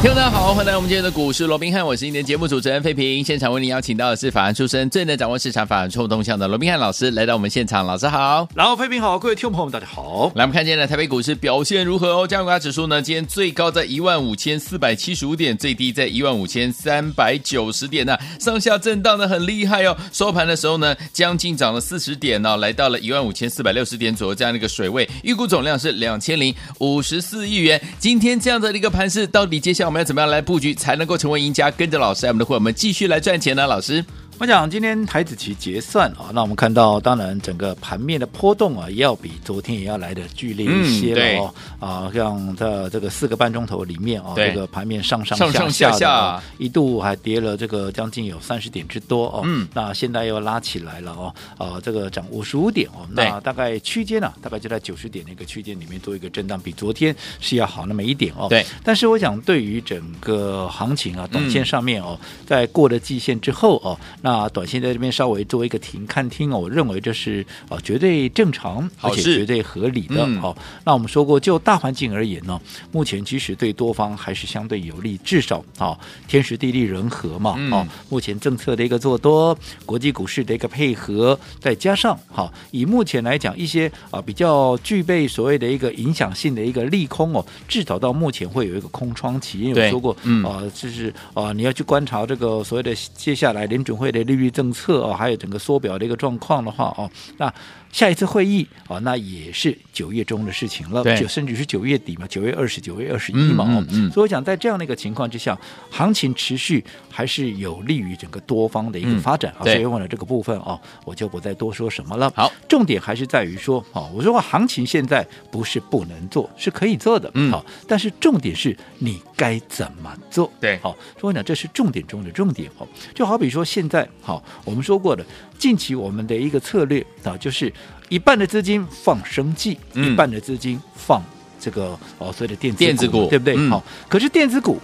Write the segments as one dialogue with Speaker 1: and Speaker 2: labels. Speaker 1: 听众大家好，欢迎来到我们今天的股市罗宾汉，我是今天的节目主持人费平。现场为您邀请到的是法案出身、最能掌握市场法案臭动向的罗宾汉老师，来到我们现场，老师好。
Speaker 2: 然后，飞平好，各位听众朋友们，大家好。
Speaker 1: 来，我们看见了台北股市表现如何哦？加权指数呢，今天最高在一万五千四百七十五点，最低在一万五千三百九十点呢、上下震荡的很厉害哦。收盘的时候呢，将近涨了四十点呢、来到了一万五千四百六十点左右这样的一个水位，预估总量是两千零五十四亿元。今天这样的一个盘势，到底接下来我们要怎么样来布局才能够成为赢家？跟着老师，我们的会我们继续来赚钱呢？老师，
Speaker 2: 我想今天台子期结算啊，那我们看到，当然整个盘面的波动啊，也要比昨天也要来的剧烈一些了哦。啊，像在这个四个半钟头里面啊，
Speaker 1: 嗯对
Speaker 2: 这个盘面上上
Speaker 1: 上
Speaker 2: 下
Speaker 1: 上下
Speaker 2: 的啊
Speaker 1: 下
Speaker 2: 一度还跌了这个将近有三十点之多哦。
Speaker 1: 嗯
Speaker 2: 那现在又拉起来了哦，啊，这个涨五十五点哦，
Speaker 1: 对
Speaker 2: 那大概区间呢、啊大概就在九十点那个区间里面做一个震荡，比昨天是要好那么一点哦。
Speaker 1: 对，
Speaker 2: 但是我想对于整个行情啊，短线
Speaker 1: 嗯
Speaker 2: 上面哦，在过了季线之后哦，那短线在这边稍微做一个停看听哦，我认为这是呃绝对正常，
Speaker 1: 好
Speaker 2: 而且
Speaker 1: 事
Speaker 2: 绝对合理的
Speaker 1: 嗯
Speaker 2: 哦。那我们说过，就大环境而言呢，目前其实对多方还是相对有利，至少哦，天时地利人和嘛
Speaker 1: 嗯
Speaker 2: 哦，目前政策的一个做多，国际股市的一个配合，再加上哈、以目前来讲一些啊比较具备所谓的一个影响性的一个利空哦，至少到目前会有一个空窗期，因为
Speaker 1: 对
Speaker 2: 我说过，
Speaker 1: 嗯
Speaker 2: 啊，就是啊，你要去观察这个所谓的接下来联准会的利率政策啊，还有整个缩表的一个状况的话哦、那。下一次会议啊，那也是九月中的事情了
Speaker 1: 对，
Speaker 2: 就甚至是九月底嘛，九月二十、九月二十一
Speaker 1: 嗯
Speaker 2: 嘛，哦
Speaker 1: 嗯嗯
Speaker 2: 所以我想在这样的一个情况之下，行情持续还是有利于整个多方的一个
Speaker 1: 嗯
Speaker 2: 发展啊。
Speaker 1: 对
Speaker 2: 所以为了这个部分啊，我就不再多说什么了。
Speaker 1: 好，
Speaker 2: 重点还是在于说，啊，我说过行情现在不是不能做，是可以做的，
Speaker 1: 嗯
Speaker 2: 好，但是重点是你该怎么做，
Speaker 1: 对
Speaker 2: 好，所以我讲这是重点中的重点哦。就好比说现在，好，我们说过的，近期我们的一个策略啊，就是一半的资金放生计，
Speaker 1: 嗯
Speaker 2: 一半的资金放这个哦，所谓的电子
Speaker 1: 电子股
Speaker 2: 嘛对不对？
Speaker 1: 嗯
Speaker 2: 好，可是电子股。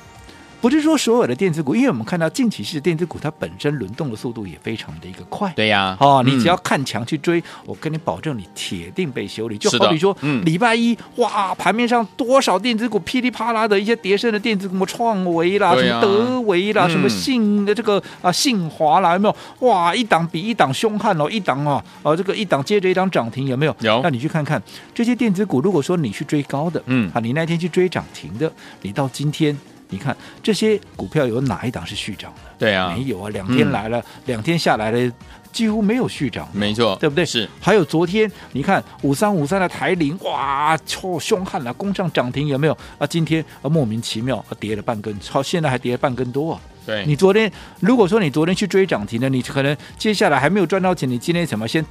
Speaker 2: 不是说所有的电子股，因为我们看到近期是电子股，它本身轮动的速度也非常的一个快，
Speaker 1: 对呀、
Speaker 2: 哦，你
Speaker 1: 嗯
Speaker 2: 只要看强去追，我跟你保证，你铁定被修理。就是
Speaker 1: 的
Speaker 2: 好比说，
Speaker 1: 嗯
Speaker 2: 礼拜一哇，盘面上多少电子股噼里啪啦的一些跌升的电子股，什么创维啦，
Speaker 1: 对
Speaker 2: 什
Speaker 1: 啊
Speaker 2: 么德维啦，
Speaker 1: 嗯
Speaker 2: 什么信的这个啊信华啦，有没有？哇，一档比一档凶悍哦，一档啊，啊这个一档接着一档涨停，有没有？
Speaker 1: 有
Speaker 2: 那你去看看这些电子股，如果说你去追高的，
Speaker 1: 嗯
Speaker 2: 啊，你那天去追涨停的，你到今天。你看这些股票有哪一档是续涨的？
Speaker 1: 对啊
Speaker 2: 没有啊，两天
Speaker 1: 嗯
Speaker 2: 来了，两天下来了，几乎没有续涨的。
Speaker 1: 没错，
Speaker 2: 对不对？
Speaker 1: 啊是，
Speaker 2: 还有昨天你看五三五三的台铃，哇，超凶悍了、攻上涨停有没有？啊，今天啊莫名其妙啊跌了半根，超现在还跌了半根多啊！
Speaker 1: 对，
Speaker 2: 你昨天如果说你昨天去追涨停的，你可能接下来还没有赚到钱，你今天怎么先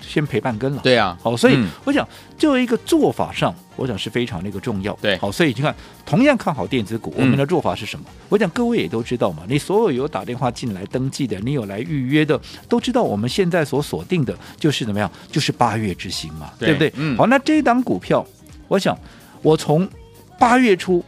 Speaker 2: 先赔半根了？
Speaker 1: 对啊，
Speaker 2: 好，所以
Speaker 1: 嗯
Speaker 2: 我想就一个做法上，我想是非常的一个重要。
Speaker 1: 对嗯
Speaker 2: 好，所以你看，同样看好电子股，我们的做法是什么？我想各位也都知道嘛，你所有有打电话进来登记的，你有来预约的，都知道我们现在所锁定的就是怎么样，就是八月之星嘛，
Speaker 1: 对
Speaker 2: 不对？
Speaker 1: 嗯
Speaker 2: 好，那这一档股票，我想我从八月初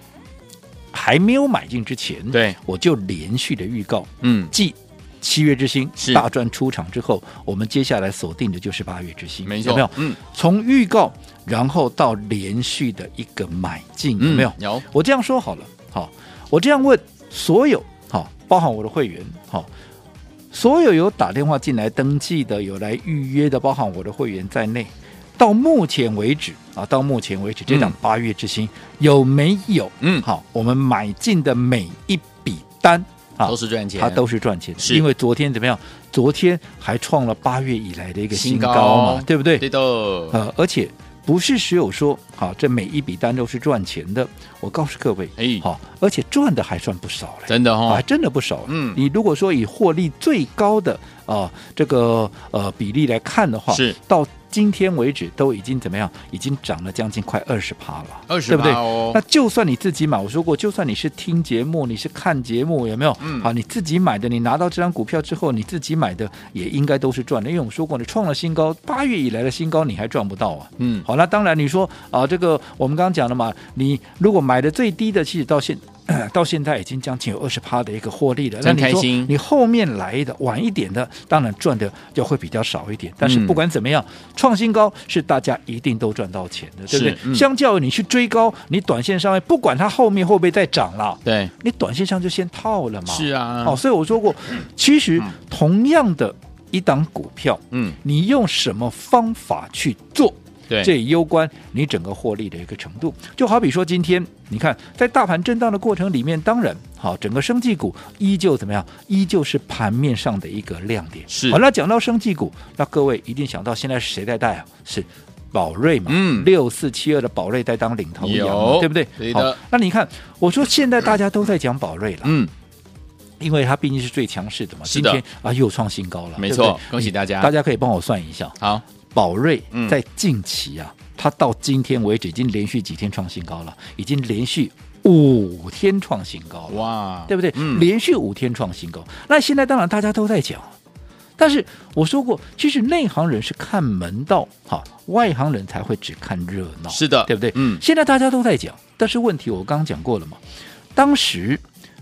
Speaker 2: 还没有买进之前，
Speaker 1: 对，
Speaker 2: 我就连续的预告，
Speaker 1: 嗯，
Speaker 2: 继七月之星
Speaker 1: 是
Speaker 2: 大赚出场之后，我们接下来锁定的就是八月之星，
Speaker 1: 没
Speaker 2: 有
Speaker 1: 错，
Speaker 2: 没有？
Speaker 1: 嗯
Speaker 2: 从预告，然后到连续的一个买进，有
Speaker 1: 嗯，
Speaker 2: 没有？
Speaker 1: 有，
Speaker 2: 我这样说好了，好，我这样问所有好，包含我的会员，好，所有有打电话进来登记的，有来预约的，包含我的会员在内，到目前为止啊，到目前为止，这档
Speaker 1: 嗯
Speaker 2: 八月之星、有没有？
Speaker 1: 嗯
Speaker 2: 好，我们买进的每一笔单啊，
Speaker 1: 都是赚钱，
Speaker 2: 它都是赚钱的，
Speaker 1: 是
Speaker 2: 因为昨天怎么样？昨天还创了八月以来的一个
Speaker 1: 新
Speaker 2: 新
Speaker 1: 高
Speaker 2: 高嘛，对不对？
Speaker 1: 对的，
Speaker 2: 呃，而且不是只有说好，这每一笔单都是赚钱的。我告诉各位，
Speaker 1: 哎
Speaker 2: 好，而且赚的还算不少嘞，
Speaker 1: 真的哦
Speaker 2: 还
Speaker 1: 哈，
Speaker 2: 真的不少。
Speaker 1: 嗯
Speaker 2: 你如果说以获利最高的啊、啊这个呃比例来看的话，
Speaker 1: 是
Speaker 2: 到今天为止都已经怎么样？已经涨了将近快二十趴了，
Speaker 1: 20%
Speaker 2: 对不对？
Speaker 1: 哦
Speaker 2: 那就算你自己买，我说过，就算你是听节目，你是看节目，有没有？
Speaker 1: 嗯
Speaker 2: 好，你自己买的，你拿到这张股票之后，你自己买的也应该都是赚的，因为我们说过，你创了新高，八月以来的新高，你还赚不到啊。
Speaker 1: 嗯，
Speaker 2: 好，那当然你说啊，这个我们刚刚讲了嘛，啊你如果买的最低的，其实到现。 到现在已经将近有二十趴的一个获利了，那
Speaker 1: 真
Speaker 2: 你
Speaker 1: 开
Speaker 2: 说
Speaker 1: 心
Speaker 2: 你后面来的晚一点的，当然赚的就会比较少一点。但是
Speaker 1: 嗯
Speaker 2: 不管怎么样，创新高是大家一定都赚到钱的，对不
Speaker 1: 是
Speaker 2: 对？
Speaker 1: 嗯
Speaker 2: 相较于你去追高，你短线上面不管它后面会不会再涨了，
Speaker 1: 对，
Speaker 2: 你短线上就先套了嘛。
Speaker 1: 是啊，
Speaker 2: 哦，所以我说过，其实同样的一档股票，
Speaker 1: 嗯，
Speaker 2: 你用什么方法去做？
Speaker 1: 对，
Speaker 2: 这也攸关你整个获利的一个程度。就好比说今天，你看在大盘震荡的过程里面，当然好，整个生技股依旧怎么样？依旧是盘面上的一个亮点。
Speaker 1: 是
Speaker 2: 好，那讲到生技股，那各位一定想到现在是谁在带啊？是。宝瑞嘛，
Speaker 1: 嗯
Speaker 2: 六四七二的宝瑞在当领头羊嘛
Speaker 1: 有，
Speaker 2: 对不对？
Speaker 1: 对
Speaker 2: 好
Speaker 1: 的，
Speaker 2: 那你看，我说现在大家都在讲宝瑞了，
Speaker 1: 嗯，
Speaker 2: 因为它毕竟是最强势的嘛。
Speaker 1: 是的
Speaker 2: 今天啊又创新高了，
Speaker 1: 没
Speaker 2: 对不对
Speaker 1: 错，恭喜大家，
Speaker 2: 大家可以帮我算一下，
Speaker 1: 好，
Speaker 2: 宝瑞
Speaker 1: 嗯
Speaker 2: 在近期啊，它到今天为止已经连续几天创新高了，已经连续五天创新高了，
Speaker 1: 哇，
Speaker 2: 对不对？
Speaker 1: 嗯，
Speaker 2: 连续五天创新高。那现在当然大家都在讲，但是我说过，其实内行人是看门道，哈，外行人才会只看热闹，
Speaker 1: 是的，
Speaker 2: 对不对？
Speaker 1: 嗯，
Speaker 2: 现在大家都在讲，但是问题我刚刚讲过了嘛，当时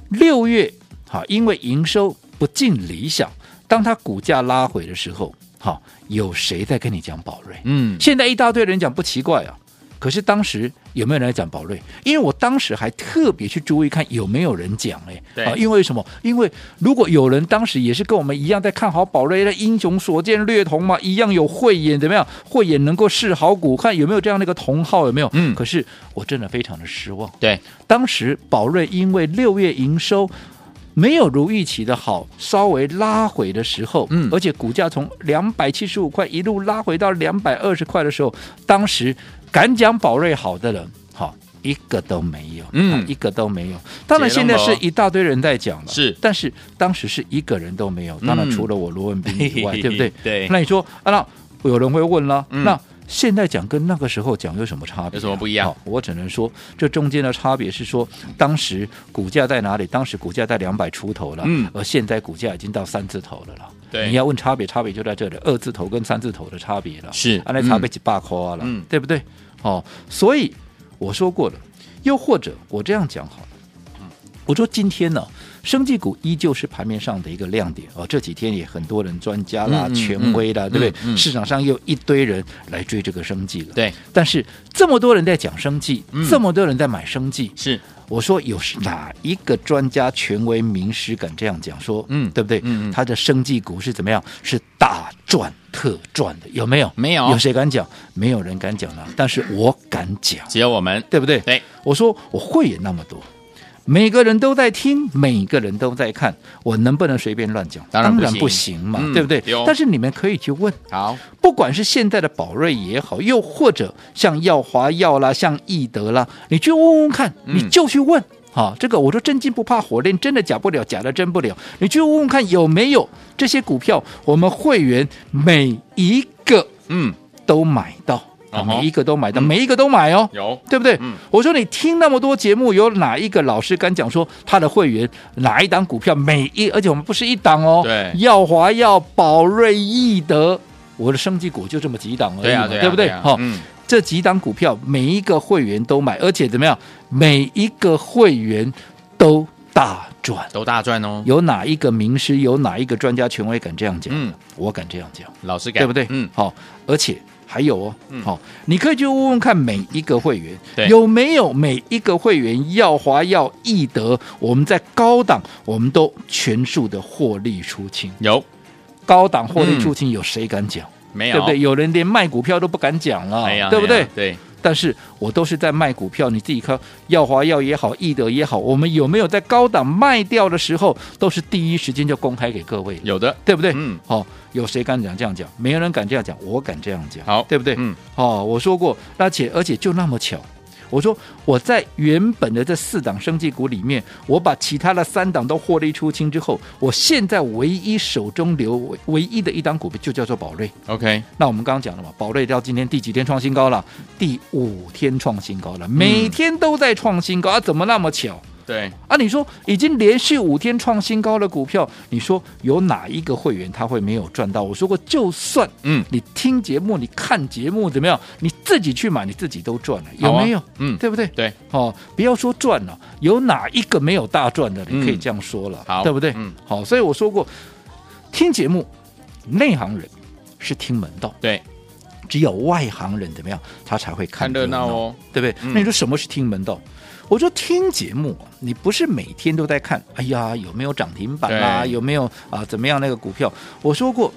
Speaker 2: 六月哈，因为营收不尽理想，当它股价拉回的时候，哈，有谁在跟你讲宝瑞？
Speaker 1: 嗯，
Speaker 2: 现在一大堆人讲不奇怪啊。可是当时有没有人来讲宝瑞？因为我当时还特别去注意看有没有人讲哎、
Speaker 1: 对
Speaker 2: 啊，因为什么？因为如果有人当时也是跟我们一样在看好宝瑞，那英雄所见略同嘛，一样有慧眼，怎么样？慧眼能够视好股，看有没有这样的一个同号，有没有？
Speaker 1: 嗯
Speaker 2: 可是我真的非常的失望。
Speaker 1: 对，
Speaker 2: 当时宝瑞因为六月营收没有如预期的好，稍微拉回的时候，
Speaker 1: 嗯
Speaker 2: 而且股价从两百七十五块一路拉回到两百二十块的时候，当时敢讲宝瑞好的人，好一个都没有，
Speaker 1: 嗯
Speaker 2: 啊一个都没有。当然
Speaker 1: 解
Speaker 2: 现
Speaker 1: 了
Speaker 2: 在
Speaker 1: 吗
Speaker 2: 是一大堆人在讲了，
Speaker 1: 是
Speaker 2: 但是当时是一个人都没有，当然
Speaker 1: 嗯
Speaker 2: 除了我罗文斌以外，
Speaker 1: 嘿嘿嘿
Speaker 2: 对不对？
Speaker 1: 对
Speaker 2: 那你说，啊、那有人会问了，
Speaker 1: 嗯
Speaker 2: 那现在讲跟那个时候讲有什么差别啊、
Speaker 1: 有什么不一样
Speaker 2: 好我只能说，这中间的差别是说，当时股价在哪里？当时股价在两百出头了，
Speaker 1: 嗯
Speaker 2: 而现在股价已经到三字头了啦。
Speaker 1: 对
Speaker 2: 你要问差别，差别就在这里，二字头跟三字头的差别了。
Speaker 1: 是
Speaker 2: 啊，那差别几百块了，
Speaker 1: 嗯
Speaker 2: 对不对？哦，所以我说过了，又或者我这样讲好了。我说今天呢，生技股依旧是盘面上的一个亮点哦。这几天也很多人专家啦、
Speaker 1: 嗯嗯
Speaker 2: 权威啦，
Speaker 1: 嗯
Speaker 2: 对不对？
Speaker 1: 嗯嗯
Speaker 2: 市场上又一堆人来追这个生技了。
Speaker 1: 对，
Speaker 2: 但是这么多人在讲生技，
Speaker 1: 嗯
Speaker 2: 这么多人在买生技，
Speaker 1: 是，
Speaker 2: 我说有哪一个专家、权威、名师敢这样讲说？
Speaker 1: 嗯
Speaker 2: 对不对？
Speaker 1: 嗯嗯
Speaker 2: 他的生技股是怎么样？是大赚特赚的，有没有？
Speaker 1: 没有
Speaker 2: 有谁敢讲？没有人敢讲了，但是我敢讲，
Speaker 1: 只有我们，
Speaker 2: 对不对？
Speaker 1: 对，
Speaker 2: 我说我会员那么多，每个人都在听，每个人都在看，我能不能随便乱讲？
Speaker 1: 当然不行
Speaker 2: 不行嘛，
Speaker 1: 嗯
Speaker 2: 对不对
Speaker 1: 对哦？
Speaker 2: 但是你们可以去问，
Speaker 1: 好，
Speaker 2: 不管是现在的宝瑞也好，又或者像耀华药啦、像易德啦，你去问问看，
Speaker 1: 嗯
Speaker 2: 你就去问。啊，这个我说真金不怕火炼，真的假不了，假的真不了。你去问问看有没有这些股票，我们会员每一个
Speaker 1: 嗯，
Speaker 2: 都买到，
Speaker 1: 哦
Speaker 2: 啊，
Speaker 1: 吼
Speaker 2: 每一个都买到，
Speaker 1: 嗯
Speaker 2: 每一个都买哦。
Speaker 1: 有，
Speaker 2: 对不对？
Speaker 1: 嗯
Speaker 2: 我说你听那么多节目，有哪一个老师敢讲说他的会员哪一档股票每一，而且我们不是一档哦，
Speaker 1: 对
Speaker 2: 耀华耀、宝瑞、易德，我的升级股就这么几档而已嘛，
Speaker 1: 对啊，对啊，
Speaker 2: 不哎对？
Speaker 1: 啊
Speaker 2: 好、
Speaker 1: 嗯，
Speaker 2: 这几档股票每一个会员都买，而且怎么样，每一个会员都大赚。
Speaker 1: 都大赚哦，
Speaker 2: 有哪一个名师，有哪一个专家权威敢这样讲？
Speaker 1: 嗯，
Speaker 2: 我敢这样讲。
Speaker 1: 老师感，
Speaker 2: 对不对？
Speaker 1: 嗯，
Speaker 2: 好，而且还有哦
Speaker 1: 嗯，
Speaker 2: 好、你可以去问问看每一个会员
Speaker 1: 对
Speaker 2: 有没有每一个会员耀华耀易德，我们在高档我们都全数的获利出清，
Speaker 1: 有
Speaker 2: 高档获利出
Speaker 1: 嗯
Speaker 2: 清有谁敢讲？
Speaker 1: 没有？
Speaker 2: 对不对？有人连卖股票都不敢讲了，
Speaker 1: 哎呀？
Speaker 2: 对不
Speaker 1: 哎
Speaker 2: 对
Speaker 1: 呀？对，
Speaker 2: 但是我都是在卖股票，你自己看耀华耀也好，易德也好，我们有没有在高档卖掉的时候，都是第一时间就公开给各位了
Speaker 1: 有的，
Speaker 2: 对不对？
Speaker 1: 嗯，
Speaker 2: 好、有谁敢讲这样讲？没有人敢这样讲，我敢这样讲，
Speaker 1: 好
Speaker 2: 对不对？
Speaker 1: 嗯，
Speaker 2: 哦，我说过，而且而且就那么巧，我说我在原本的这四档生技股里面，我把其他的三档都获利出清之后，我现在唯一手中留唯唯一的一档股票就叫做宝瑞。
Speaker 1: ，OK，
Speaker 2: 那我们刚刚讲了嘛，宝瑞到今天第几天创新高了？第五天创新高了，每天都在创新高、啊，怎么那么巧？
Speaker 1: 对，
Speaker 2: 啊，你说已经连续五天创新高的股票，你说有哪一个会员他会没有赚到？我说过，就算
Speaker 1: 嗯
Speaker 2: 你听节目、你看节目怎么样，你自己去买，你自己都赚了，有
Speaker 1: 好啊
Speaker 2: 没有？
Speaker 1: 嗯
Speaker 2: 对不对？
Speaker 1: 对，
Speaker 2: 哦，不要说赚了，有哪一个没有大赚的？
Speaker 1: 嗯
Speaker 2: 你可以这样说了，
Speaker 1: 好
Speaker 2: 对不对？
Speaker 1: 嗯，
Speaker 2: 好，所以我说过，听节目，内行人是听门道，
Speaker 1: 对，
Speaker 2: 只有外行人怎么样，他才会看
Speaker 1: 看热闹哦，
Speaker 2: 对不对？
Speaker 1: 嗯
Speaker 2: 那你说什么是听门道？我说听节目啊，你不是每天都在看，哎呀，有没有涨停板啊？
Speaker 1: 对
Speaker 2: 有没有啊、怎么样那个股票？我说过，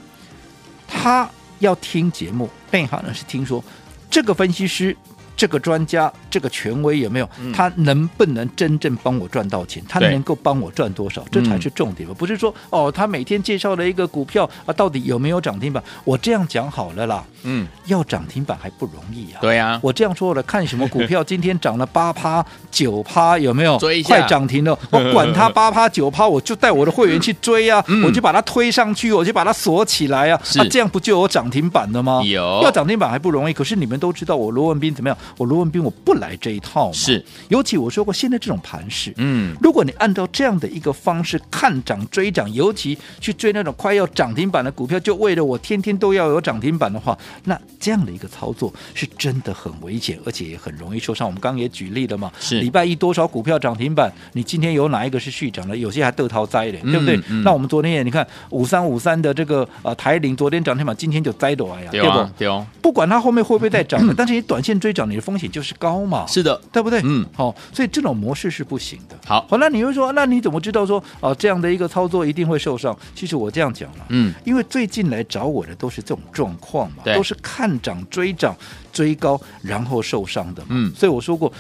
Speaker 2: 他要听节目，内行人是听说这个分析师。这个专家，这个权威有没有？
Speaker 1: 嗯
Speaker 2: 他能不能真正帮我赚到钱？他
Speaker 1: 对嗯
Speaker 2: 能够帮我赚多少？这才是重点嘛。不是说哦，他每天介绍了一个股票啊，到底有没有涨停板？我这样讲好了啦，
Speaker 1: 嗯，
Speaker 2: 要涨停板还不容易啊。
Speaker 1: 对呀，
Speaker 2: 我这样说了，看什么股票今天涨了八趴、九趴，有没有？
Speaker 1: 追一下
Speaker 2: 快涨停了，我管它八趴、九趴，我就带我的会员去追 啊，我就把它推上去，我就把它锁起来啊，
Speaker 1: 嗯是
Speaker 2: 啊，这样不就有涨停板了吗？
Speaker 1: 有
Speaker 2: 要涨停板还不容易。可是你们都知道，我罗文斌怎么样？我罗文斌我不来这一套嘛。
Speaker 1: 是，
Speaker 2: 尤其我说过，现在这种盘势，
Speaker 1: 嗯，
Speaker 2: 如果你按照这样的一个方式看涨追涨，尤其去追那种快要涨停板的股票，就为了我天天都要有涨停板的话，那这样的一个操作是真的很危险，而且也很容易受伤。我们刚刚也举例了嘛，
Speaker 1: 是
Speaker 2: 礼拜一多少股票涨停板，你今天有哪一个是续涨的？有些还得逃灾的，对不对？
Speaker 1: 嗯
Speaker 2: 那我们昨天也你看五三五三的这个呃台铃，昨天涨停板，今天就栽倒了呀，
Speaker 1: 对
Speaker 2: 不？
Speaker 1: 啊，对哦，
Speaker 2: 不管它后面会不会再涨，但是你短线追涨，你的风险就是高嘛。
Speaker 1: 是的，
Speaker 2: 对不对？
Speaker 1: 嗯
Speaker 2: 好、所以这种模式是不行的。
Speaker 1: 好
Speaker 2: 好，那你会说，那你怎么知道说啊、这样的一个操作一定会受伤？其实我这样讲了，
Speaker 1: 嗯，
Speaker 2: 因为最近来找我的都是这种状况嘛，
Speaker 1: 对
Speaker 2: 都是看涨追涨追高然后受伤的嘛，
Speaker 1: 嗯
Speaker 2: 所以我说过，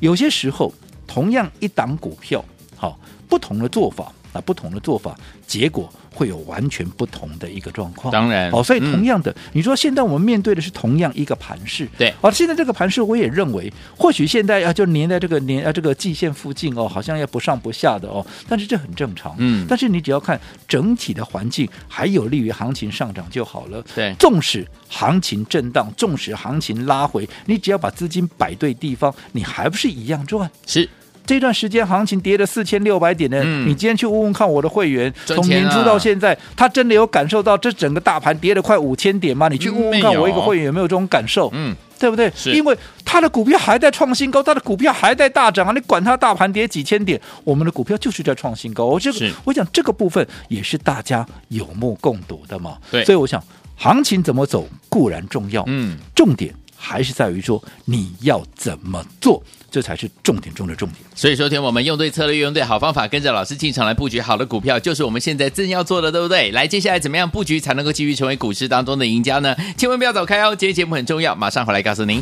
Speaker 2: 有些时候同样一档股票，好、不同的做法啊，不同的做法，结果会有完全不同的一个状况。
Speaker 1: 当然
Speaker 2: 哦，所以
Speaker 1: 嗯
Speaker 2: 同样的，你说现在我们面对的是同样一个盘势，
Speaker 1: 对
Speaker 2: 而现在这个盘势，我也认为，或许现在啊，就粘在这个粘啊这个季线附近哦，好像要不上不下的哦，但是这很正常，
Speaker 1: 嗯
Speaker 2: 但是你只要看整体的环境，还有利于行情上涨就好了，
Speaker 1: 对
Speaker 2: 纵使行情震荡，纵使行情拉回，你只要把资金摆对地方，你还不是一样赚？
Speaker 1: 是
Speaker 2: 这段时间行情跌了四千六百点呢，
Speaker 1: 嗯
Speaker 2: 你今天去问问看我的会员，
Speaker 1: 赚
Speaker 2: 从
Speaker 1: 钱
Speaker 2: 年
Speaker 1: 啊
Speaker 2: 初到现在，他真的有感受到这整个大盘跌了快五千点吗？你去问问看
Speaker 1: 没有
Speaker 2: 我一个会员有没有这种感受？
Speaker 1: 嗯，
Speaker 2: 对不对？
Speaker 1: 是
Speaker 2: 因为他的股票还在创新高，他的股票还在大涨啊！你管他大盘跌几千点，我们的股票就是在创新高。我这个
Speaker 1: 是，
Speaker 2: 我想这个部分也是大家有目共睹的嘛。
Speaker 1: 对
Speaker 2: 所以我想，行情怎么走固然重要，
Speaker 1: 嗯，
Speaker 2: 重点还是在于说你要怎么做，这才是重点中的重点。
Speaker 1: 所以说，天我们用对策略，用对好方法，跟着老师进场来布局好的股票，就是我们现在正要做的，对不对？来，接下来怎么样布局才能够继续成为股市当中的赢家呢？千万不要走开哦，今天节目很重要，马上回来告诉您。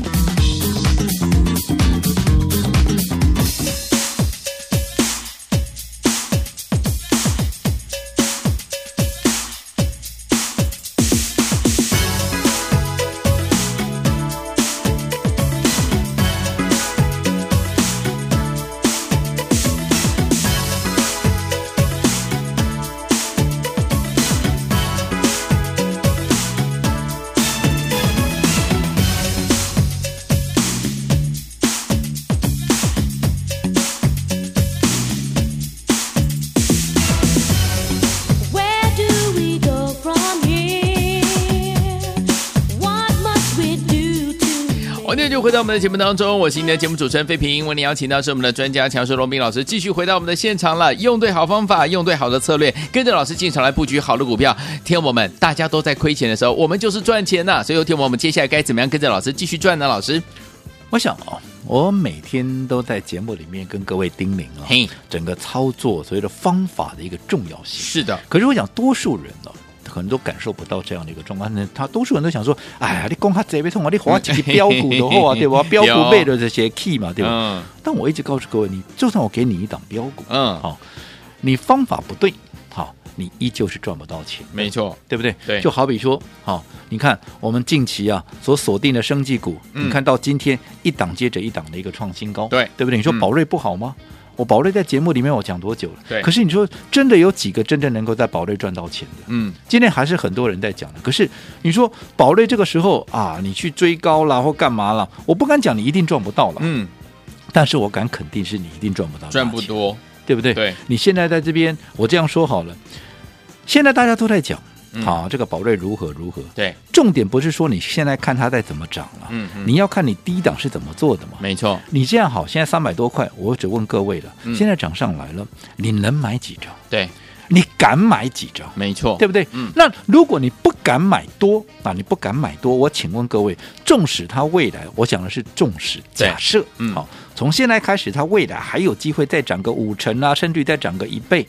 Speaker 3: Where do we go from here? What must we do to
Speaker 1: 欢迎就回到我们的节目当中，我是你的节目主持人费平。为你邀请到是我们的专家强叔罗斌老师，继续回到我们的现场了。用对好方法，用对好的策略，跟着老师进场来布局好的股票。天友们，大家都在亏钱的时候，我们就是赚钱呐、所以，天友们，接下来该怎么样跟着老师继续赚呢？老师，
Speaker 2: 我想哦，我每天都在节目里面跟各位叮咛啊、
Speaker 1: 嘿
Speaker 2: 整个操作所谓的方法的一个重要性。
Speaker 1: 是的，
Speaker 2: 可是我想，多数人呢、可能都感受不到这样的一个状况。那他多数人都想说：“哎呀，你讲他这边痛啊，你划几个标股的话， 对吧？标股背的这些 key 嘛，对吧？”
Speaker 1: 嗯
Speaker 2: 但我一直告诉各位，你就算我给你一档标股，
Speaker 1: 嗯
Speaker 2: 好、你方法不对，好、你依旧是赚不到钱。
Speaker 1: 没错，
Speaker 2: 对不对？
Speaker 1: 对
Speaker 2: 就好比说，好、你看我们近期啊所锁定的生技股，
Speaker 1: 嗯
Speaker 2: 你看到今天一档接着一档的一个创新高，
Speaker 1: 对
Speaker 2: 对不对？你说
Speaker 1: 嗯
Speaker 2: 宝瑞不好吗？我宝瑞在节目里面我讲多久了？
Speaker 1: 对
Speaker 2: 可是你说真的有几个真正能够在宝瑞赚到钱的？
Speaker 1: 嗯，
Speaker 2: 今天还是很多人在讲的。可是你说宝瑞这个时候啊，你去追高啦或干嘛啦，我不敢讲你一定赚不到了，
Speaker 1: 嗯，
Speaker 2: 但是我敢肯定是你一定赚不到，
Speaker 1: 赚不，多，
Speaker 2: 对不对？
Speaker 1: 对，
Speaker 2: 你现在在这边，我这样说好了，现在大家都在讲。
Speaker 1: 嗯
Speaker 2: 啊，这个宝瑞如何如何？
Speaker 1: 对，
Speaker 2: 重点不是说你现在看它在怎么涨了、
Speaker 1: 嗯嗯
Speaker 2: 你要看你低档是怎么做的嘛。
Speaker 1: 没错，
Speaker 2: 你这样好，现在三百多块，我只问各位了，
Speaker 1: 嗯
Speaker 2: 现在涨上来了，你能买几张？
Speaker 1: 对，
Speaker 2: 你敢买几张？
Speaker 1: 没错，
Speaker 2: 对不对？
Speaker 1: 嗯
Speaker 2: 那如果你不敢买多啊，你不敢买多，我请问各位，纵使它未来，我讲的是纵使
Speaker 1: 对
Speaker 2: 假设，
Speaker 1: 嗯
Speaker 2: 好，从现在开始，它未来还有机会再涨个五成啊，甚至于再涨个一倍。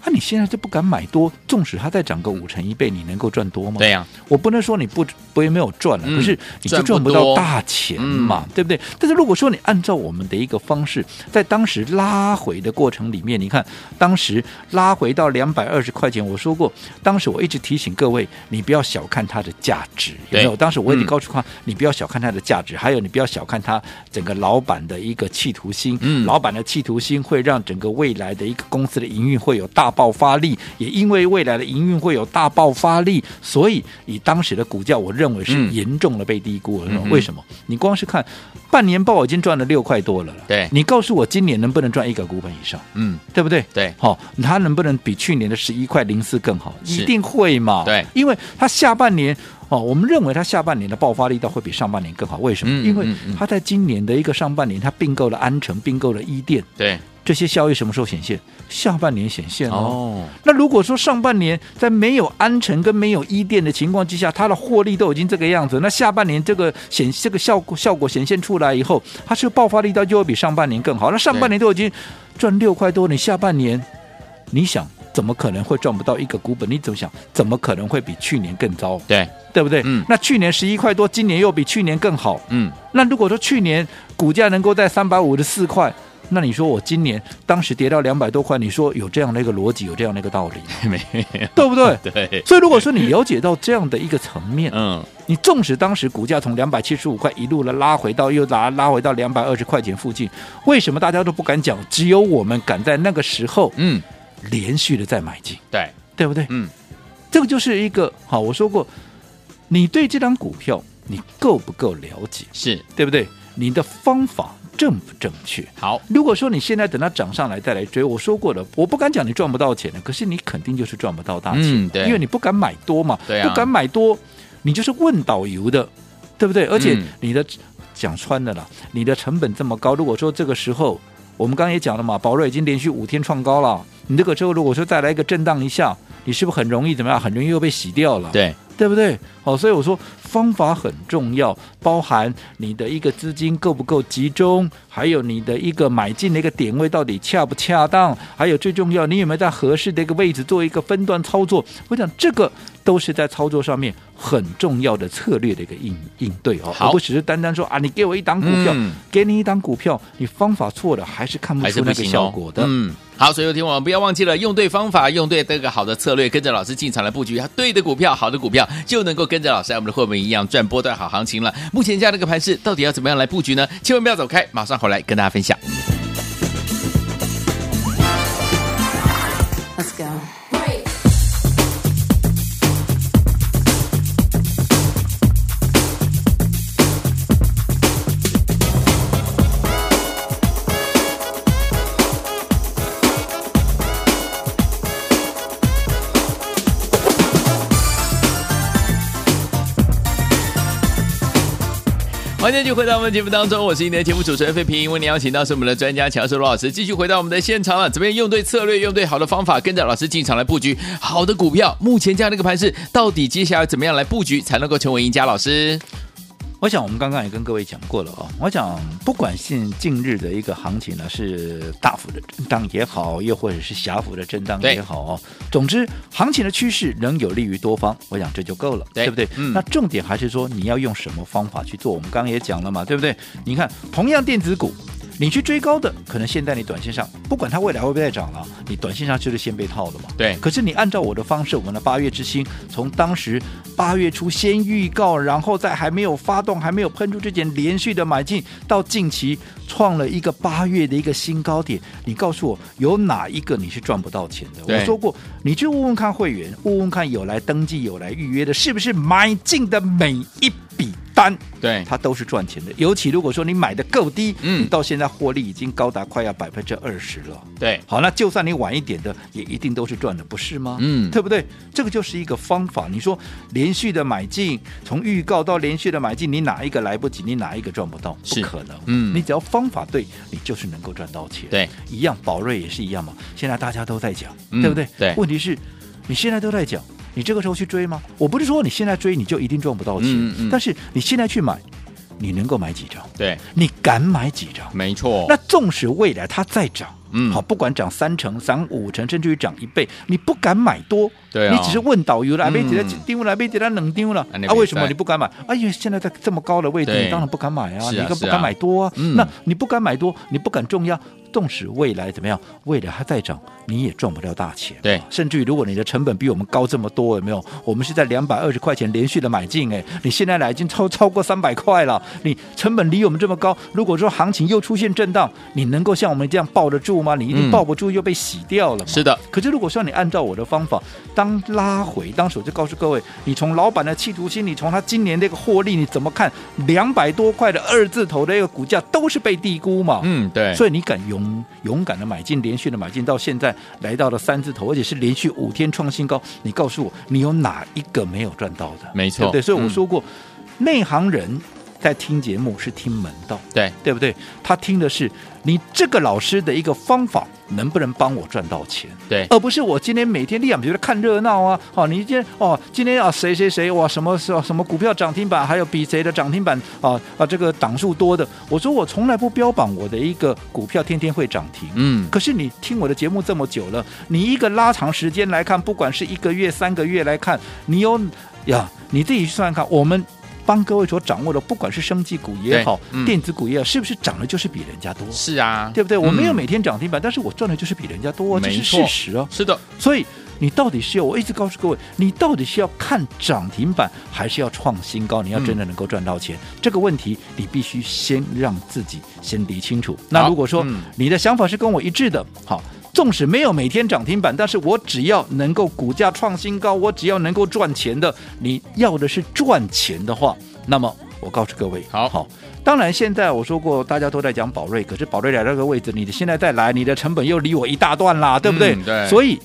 Speaker 2: 啊，你现在就不敢买多，纵使它再涨个五成一倍，你能够赚多吗？
Speaker 1: 对呀，
Speaker 2: 我不能说你不不没有赚了、啊
Speaker 1: 嗯
Speaker 2: 可是你就
Speaker 1: 赚
Speaker 2: 赚
Speaker 1: 不
Speaker 2: 不
Speaker 1: 多嗯
Speaker 2: 到大钱嘛，对不对？但是如果说你按照我们的一个方式，在当时拉回的过程里面，你看当时拉回到两百二十块钱，我说过，当时我一直提醒各位，你不要小看它的价值，有
Speaker 1: 对
Speaker 2: 没有？当时我已经
Speaker 1: 嗯
Speaker 2: 告诉他，你不要小看它的价值，还有你不要小看它整个老板的一个企图心，
Speaker 1: 嗯
Speaker 2: 老板的企图心会让整个未来的一个公司的营运会有大爆发力，也因为未来的营运会有大爆发力，所以以当时的股价，我认为是
Speaker 1: 嗯
Speaker 2: 严重的被低估了。
Speaker 1: 嗯哼
Speaker 2: 为什么？你光是看半年报已经赚了六块多了啦
Speaker 1: 对
Speaker 2: 你告诉我今年能不能赚一个股本以上？
Speaker 1: 嗯，
Speaker 2: 对不对？
Speaker 1: 对
Speaker 2: 好、它能不能比去年的十一块零四更好？
Speaker 1: 是
Speaker 2: 一定会嘛？
Speaker 1: 对
Speaker 2: 因为它下半年哦，我们认为它下半年的爆发力道会比上半年更好。为什么？
Speaker 1: 嗯
Speaker 2: 因为
Speaker 1: 嗯嗯
Speaker 2: 它在今年的一个上半年，它并购了安城，并购了伊甸，
Speaker 1: 对，
Speaker 2: 这些效益什么时候显现？下半年显现哦。
Speaker 1: 哦，
Speaker 2: 那如果说上半年在没有安城跟没有伊甸的情况之下，它的获利都已经这个样子，那下半年这个显这个效果效果显现出来以后，它是不是爆发力道就会比上半年更好。那上半年都已经赚六块多，你下半年你想怎么可能会赚不到一个股本？你怎么想？怎么可能会比去年更糟？
Speaker 1: 对，
Speaker 2: 对不对？
Speaker 1: 嗯
Speaker 2: 那去年十一块多，今年又比去年更好。
Speaker 1: 嗯，
Speaker 2: 那如果说去年股价能够在三百五十四块，那你说我今年当时跌到两百多块，你说有这样的一个逻辑，有这样的一个道理吗，
Speaker 1: 没，
Speaker 2: 对不哦对？
Speaker 1: 对，
Speaker 2: 所以如果说你了解到这样的一个层面，
Speaker 1: 嗯，
Speaker 2: 你纵使当时股价从两百七十五块一路的拉回到又拉拉回到两百二十块钱附近，为什么大家都不敢讲？只有我们敢在那个时候
Speaker 1: 嗯，
Speaker 2: 连续的再买进，
Speaker 1: 对，
Speaker 2: 对不对？
Speaker 1: 嗯，
Speaker 2: 这个就是一个好，我说过，你对这张股票你够不够了解？
Speaker 1: 是，
Speaker 2: 对不对？你的方法正不正确？
Speaker 1: 好，
Speaker 2: 如果说你现在等它涨上来再来追，我说过了，我不敢讲你赚不到钱的，可是你肯定就是赚不到大钱，
Speaker 1: 嗯对
Speaker 2: 因为你不敢买多嘛，
Speaker 1: 对啊
Speaker 2: 不敢买多，你就是问导游的，对不对？而且
Speaker 1: 嗯
Speaker 2: 你的、讲穿了啦，你的成本这么高，如果说这个时候我们刚刚也讲了嘛，宝瑞已经连续五天创高了，你这个时候如果说再来一个震荡一下，你是不是很容易怎么样？很容易又被洗掉了？
Speaker 1: 对，
Speaker 2: 对不对？好，所以我说方法很重要，包含你的一个资金够不够集中，还有你的一个买进的一个点位到底恰不恰当，还有最重要，你有没有在合适的一个位置做一个分段操作？我想这个都是在操作上面很重要的策略的一个应应对哦，
Speaker 1: 好
Speaker 2: 而不只是单单说啊，你给我一档股票，
Speaker 1: 嗯
Speaker 2: 给你一档股票，你方法错了还是看不
Speaker 1: 还
Speaker 2: 出
Speaker 1: 是不
Speaker 2: 那个
Speaker 1: 行
Speaker 2: 效
Speaker 1: 哦
Speaker 2: 果的。
Speaker 1: 嗯，好，所以有听我们不要忘记了用对方法，用对这个好的策略，跟着老师进场来布局，对的股票，好的股票就能够跟着老师和我们的会员一样赚波段好行情了。目前这样的一个盘势，到底要怎么样来布局呢？千万不要走开，马上回来跟大家分享。
Speaker 4: Let's go.
Speaker 1: 好欢迎继续回到我们的节目当中，我是你的节目主持人费平，为您邀请到是我们的专家乔世罗老师，继续回到我们的现场了。怎么样用对策略，用对好的方法，跟着老师进场来布局好的股票？目前这样的一个盘势，到底接下来怎么样来布局才能够成为赢家？老师，
Speaker 2: 我想我们刚刚也跟各位讲过了哦，我想不管现近日的一个行情呢是大幅的震荡也好，又或者是狭幅的震荡
Speaker 1: 对
Speaker 2: 也好哦，总之行情的趋势能有利于多方，我想这就够了，
Speaker 1: 对
Speaker 2: 不对？
Speaker 1: 嗯
Speaker 2: 那重点还是说你要用什么方法去做，我们刚刚也讲了嘛，对不对？你看，同样电子股。你去追高的，可能现在你短线上不管它未来会不会再涨了，你短线上就是先被套的嘛。
Speaker 1: 对
Speaker 2: 哎可是你按照我的方式，我们的八月之星，从当时八月初先预告，然后在还没有发动、还没有喷出之前，连续的买进，到近期创了一个八月的一个新高点。你告诉我，有哪一个你是赚不到钱的？
Speaker 1: 对
Speaker 2: 我说过，你去问问看会员，问问看有来登记、有来预约的，是不是买进的每一笔单
Speaker 1: 对，
Speaker 2: 它都是赚钱的。尤其如果说你买的够低，
Speaker 1: 嗯
Speaker 2: 你到现在获利已经高达快要百分之二十了。
Speaker 1: 对，
Speaker 2: 好，那就算你晚一点的，也一定都是赚的，不是吗？
Speaker 1: 嗯
Speaker 2: 对不对？这个就是一个方法。你说连续的买进，从预告到连续的买进，你哪一个来不及？你哪一个赚不到？
Speaker 1: 是
Speaker 2: 不可能。
Speaker 1: 嗯
Speaker 2: 你只要方法对，你就是能够赚到钱。
Speaker 1: 对，
Speaker 2: 一样，宝瑞也是一样嘛。现在大家都在讲，
Speaker 1: 嗯
Speaker 2: 对不对？
Speaker 1: 对
Speaker 2: 问题是，你现在都在讲，你这个时候去追吗？我不是说你现在追你就一定赚不到钱，
Speaker 1: 嗯嗯嗯
Speaker 2: 但是你现在去买，你能够买几张？
Speaker 1: 对，
Speaker 2: 你敢买几张？
Speaker 1: 没错，
Speaker 2: 那纵使未来它再涨，
Speaker 1: 哦嗯
Speaker 2: 好，不管涨三成、涨五成，甚至于涨一倍，你不敢买多，
Speaker 1: 对啊
Speaker 2: 你只是问导游了，被几了
Speaker 1: 嗯
Speaker 2: 几丢了，被几了冷丢了，
Speaker 1: 啊你
Speaker 2: 啊，
Speaker 1: 没
Speaker 2: 为什么
Speaker 1: 在
Speaker 2: 你不敢买？哎呀，现在在这么高的位置，
Speaker 1: 对
Speaker 2: 你当然不敢买啊，
Speaker 1: 是
Speaker 2: 你
Speaker 1: 啊
Speaker 2: 更不
Speaker 1: 是
Speaker 2: 敢
Speaker 1: 啊
Speaker 2: 买多啊
Speaker 1: 嗯，
Speaker 2: 那你不敢买多，你不敢重压。纵使未来怎么样，未来它再涨，你也赚不了大钱。
Speaker 1: 对
Speaker 2: 甚至于如果你的成本比我们高这么多，有没有？我们是在两百二十块钱连续的买进，哎，你现在来已经超超过三百块了，你成本离我们这么高，如果说行情又出现震荡，你能够像我们这样抱得住吗？你一
Speaker 1: 嗯
Speaker 2: 定抱不住，又被洗掉了嘛。
Speaker 1: 是的，
Speaker 2: 可是如果说你按照我的方法，当拉回，当时我就告诉各位，你从老板的企图心，你从他今年这个获利，你怎么看？两百多块的二字头的一个股价都是被低估嘛。
Speaker 1: 嗯，对，
Speaker 2: 所以你敢勇勇敢的买进，连续的买进，到现在来到了三字头，而且是连续五天创新高。你告诉我，你有哪一个没有赚到的？
Speaker 1: 没错
Speaker 2: 对不对？所以我
Speaker 1: 嗯
Speaker 2: 说过，内行人在听节目是听门道，
Speaker 1: 对，
Speaker 2: 对不对？他听的是你这个老师的一个方法，能不能帮我赚到钱？
Speaker 1: 对，
Speaker 2: 而不是我今天每天立马觉得看热闹啊，哦，你今天哦，今天啊谁谁谁哇，什么哦什么什么股票涨停板，还有比谁的涨停板啊啊这个档数多的，我说我从来不标榜我的一个股票天天会涨停。
Speaker 1: 嗯，
Speaker 2: 可是你听我的节目这么久了，你一个拉长时间来看，不管是一个月、三个月来看，你有呀，你自己去算算看，我们。帮各位所掌握的，不管是生技股也好
Speaker 1: 对，嗯
Speaker 2: 电子股也好，是不是涨的就是比人家多，
Speaker 1: 是啊，
Speaker 2: 对不对？我没有
Speaker 1: 嗯
Speaker 2: 每天涨停板，但是我赚的就是比人家多啊，这
Speaker 1: 没
Speaker 2: 是
Speaker 1: 错
Speaker 2: 事实啊。
Speaker 1: 是的，
Speaker 2: 所以你到底是要我一直告诉各位，你到底是要看涨停板，还是要创新高？你要真的能够赚到钱，
Speaker 1: 嗯
Speaker 2: 这个问题你必须先让自己先理清楚。那如果说
Speaker 1: 嗯
Speaker 2: 你的想法是跟我一致的，好。纵使没有每天涨停板，但是我只要能够股价创新高，我只要能够赚钱的，你要的是赚钱的话，那么我告诉各位，
Speaker 1: 好
Speaker 2: 好，当然现在我说过，大家都在讲宝瑞，可是宝瑞来到这个位置，你现在再来，你的成本又离我一大段啦，对不对？
Speaker 1: 嗯对
Speaker 2: 所以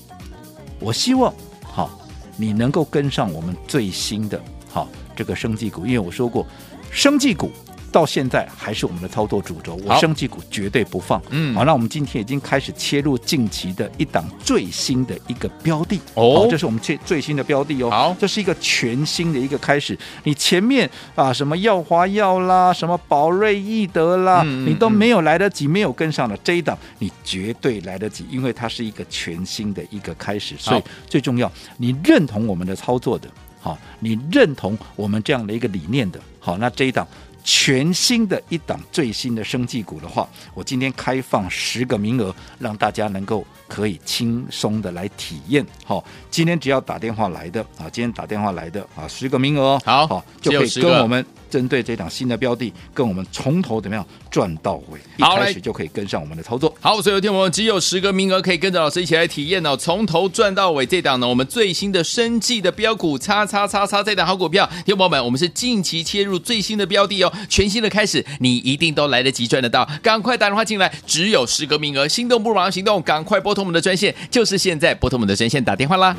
Speaker 2: 我希望好，你能够跟上我们最新的好这个生技股，因为我说过，生技股到现在还是我们的操作主轴，我
Speaker 1: 好
Speaker 2: 生技股绝对不放。
Speaker 1: 嗯
Speaker 2: 好，那我们今天已经开始切入近期的一档最新的一个标的
Speaker 1: 哦
Speaker 2: 好这是我们最最新的标的哦。
Speaker 1: 好
Speaker 2: 这是一个全新的一个开始。你前面啊，什么耀华药啦，什么宝瑞益德啦，
Speaker 1: 嗯嗯
Speaker 2: 你都
Speaker 1: 嗯
Speaker 2: 没有来得及，没有跟上的这一档，你绝对来得及，因为它是一个全新的一个开始。所以
Speaker 1: 好
Speaker 2: 最重要，你认同我们的操作的，好，你认同我们这样的一个理念的，好，那这一档。全新的一档最新的生技股的话，我今天开放十个名额，让大家能够可以轻松的来体验。好、今天只要打电话来的啊，今天打电话来的啊，十个名额哦，
Speaker 1: 好
Speaker 2: 就
Speaker 1: 只有
Speaker 2: 可以
Speaker 1: 10
Speaker 2: 跟
Speaker 1: 个
Speaker 2: 我们针对这档新的标的，跟我们从头怎么样赚到尾，一
Speaker 1: 好
Speaker 2: 开
Speaker 1: 来
Speaker 2: 始就可以跟上我们的操作。
Speaker 1: 好，所以有天我们只有十个名额可以跟着老师一起来体验哦，从头赚到尾。这档呢，我们最新的生计的标股叉叉叉叉这档好股票，听众朋友们，我们是近期切入最新的标的哦，全新的开始，你一定都来得及赚得到。赶快打电话进来，只有十个名额，心动不如马上行动，赶快拨通我们的专线，就是现在拨通我们的专线打电话啦。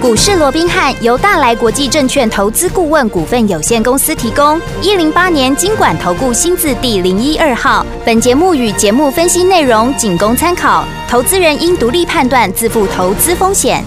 Speaker 5: 股市罗宾汉由大来国际证券投资顾问股份有限公司提供。一零八年经管投顾新字第零一二号。本节目与节目分析内容仅供参考，投资人应独立判断，自负投资风险。